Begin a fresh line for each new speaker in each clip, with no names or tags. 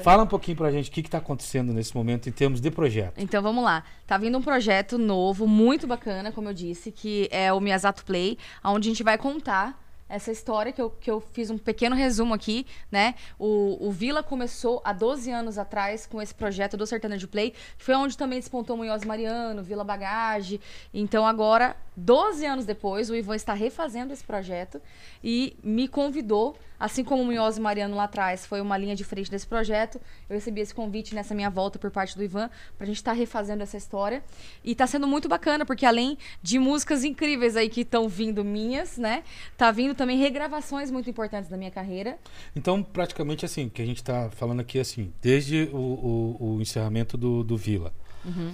Fala um pouquinho pra gente o que, que tá acontecendo nesse momento em termos de projeto.
Então vamos lá. Tá vindo um projeto novo, muito bacana, como eu disse, que é o Miyazato Play, onde a gente vai contar essa história que eu, que eu fiz um pequeno resumo aqui, né? O, o Vila começou há 12 anos atrás com esse projeto do Sertanejo Play, que foi onde também despontou Munhoz Mariano, Vila Bagage. Então agora, 12 anos depois, o Ivan está refazendo esse projeto e me convidou, assim como o Munhoz e Mariano lá atrás foi uma linha de frente desse projeto, eu recebi esse convite nessa minha volta por parte do Ivan pra gente estar refazendo essa história. E tá sendo muito bacana, porque além de músicas incríveis aí que estão vindo minhas, né? Tá vindo também regravações muito importantes da minha carreira.
Então, praticamente assim, o que a gente tá falando aqui assim, desde o, o- o encerramento do, do Vila.
Uhum.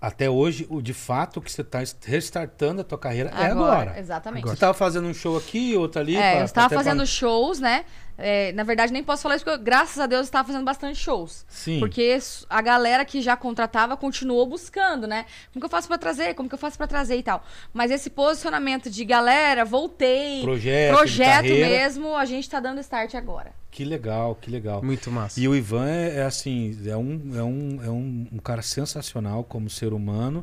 Até hoje, o de fato que você tá restartando a tua carreira é agora.
Exatamente.
Você tava fazendo um show aqui, outro ali.
É,
pra-
eu estava
pra- tá um até pra-
fazendo shows, né? É, na verdade, nem posso falar isso, porque eu, graças a Deus eu estava fazendo bastante shows.
Sim.
Porque s- a galera que já contratava continuou buscando, né? Como que eu faço pra trazer? Como que eu faço pra trazer e tal. Mas esse posicionamento de galera, voltei,
Projeto, de
projeto
carreira.
mesmo, a gente tá dando start agora.
Que legal, que legal.
Muito massa.
E o Ivan é, é assim, é, um, é, um, é um, um cara sensacional como ser humano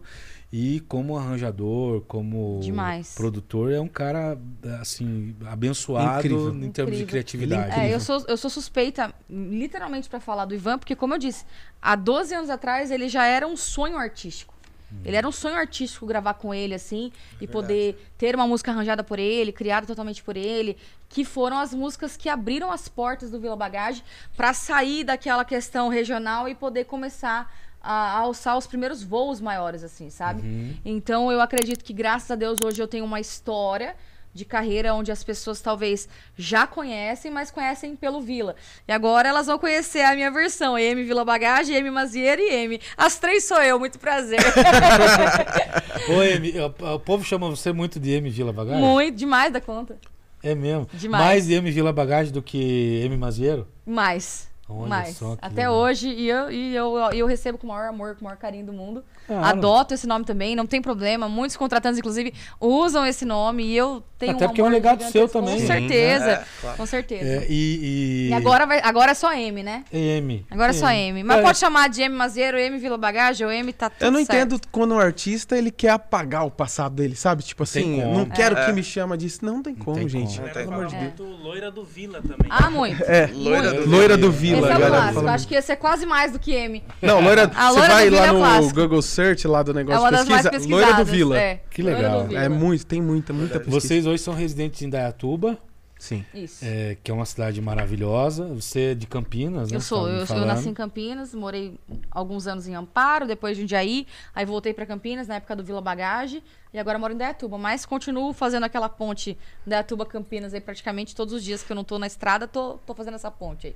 e como arranjador, como
Demais.
produtor, é um cara assim abençoado
Incrível.
em termos de
Incrível.
criatividade.
É, eu sou, eu sou suspeita, literalmente, pra falar do Ivan, porque, como eu disse, há 12 anos atrás ele já era um sonho artístico. Ele era um sonho artístico gravar com ele, assim, e poder ter uma música arranjada por ele, criada totalmente por ele, que foram as músicas que abriram as portas do Vila Bagage pra sair daquela questão regional e poder começar a alçar os primeiros voos maiores, assim, sabe? Então eu acredito que, graças a Deus, hoje eu tenho uma história de carreira onde as pessoas talvez já conhecem, mas conhecem pelo Vila. E agora elas vão conhecer a minha versão, M Vila Bagagem, M Mazieira e M. As três sou eu, muito prazer.
É. Ô, Emi, o, o povo chama você muito de M Vila Bagagem?
muito demais da conta.
É mesmo.
Demais.
Mais de M Vila Bagagem do que M Mazeiro?
Mais.
Olha
mais.
só que
Até
legal.
hoje, e eu, e, eu, e eu recebo com o maior amor, com o maior carinho do mundo.
Claro.
Adoto esse nome também, não tem problema. Muitos contratantes, inclusive, usam esse nome e eu tenho
Até
um
porque é um
amor
legado
gigantesco,
seu também,
Com
né?
certeza,
É, claro.
com certeza.
É, e,
E agora, vai, agora é só M, né?
é M.
Agora é só M. Mas
É,
pode chamar de M Mazeiro, M Vila Bagagem, ou M tá tudo
Eu não
certo.
entendo quando um artista ele quer apagar o passado dele, sabe? Tipo
Tem
assim,
como.
não quero que me chama disso. Não tem como,
tem
gente.
como.
Ela
Pelo
fala
amor de Deus.
muito É, loira do Vila também.
Ah, muito.
É.
Loira
muito.
do
Loira do
Esse
Vila,
é o
galera.
clássico.
fala
Acho que esse é quase mais do que M.
muito. Não, Loira,
A
você
Loira do
vai
Vila
lá
é
no
clássico.
Google Search lá do
É
negócio,
uma das mais
pesquisa
pesquisadas.
Loira do Vila.
É.
Que
Loira
legal.
do Vila.
É muito, tem muita, muita pesquisa.
Vocês hoje são residentes em Dayatuba,
Sim.
Isso.
é, que é uma cidade maravilhosa. Você é de Campinas, né?
Eu sou,
Tava me
eu, sou- eu
falando.
nasci em Campinas, morei alguns anos em Amparo, depois de Jundiaí, aí voltei pra Campinas na época do Vila Bagage e agora moro em Dayatuba, mas continuo fazendo aquela ponte Dayatuba Campinas aí praticamente todos os dias que eu não tô na estrada, tô, tô fazendo essa ponte aí.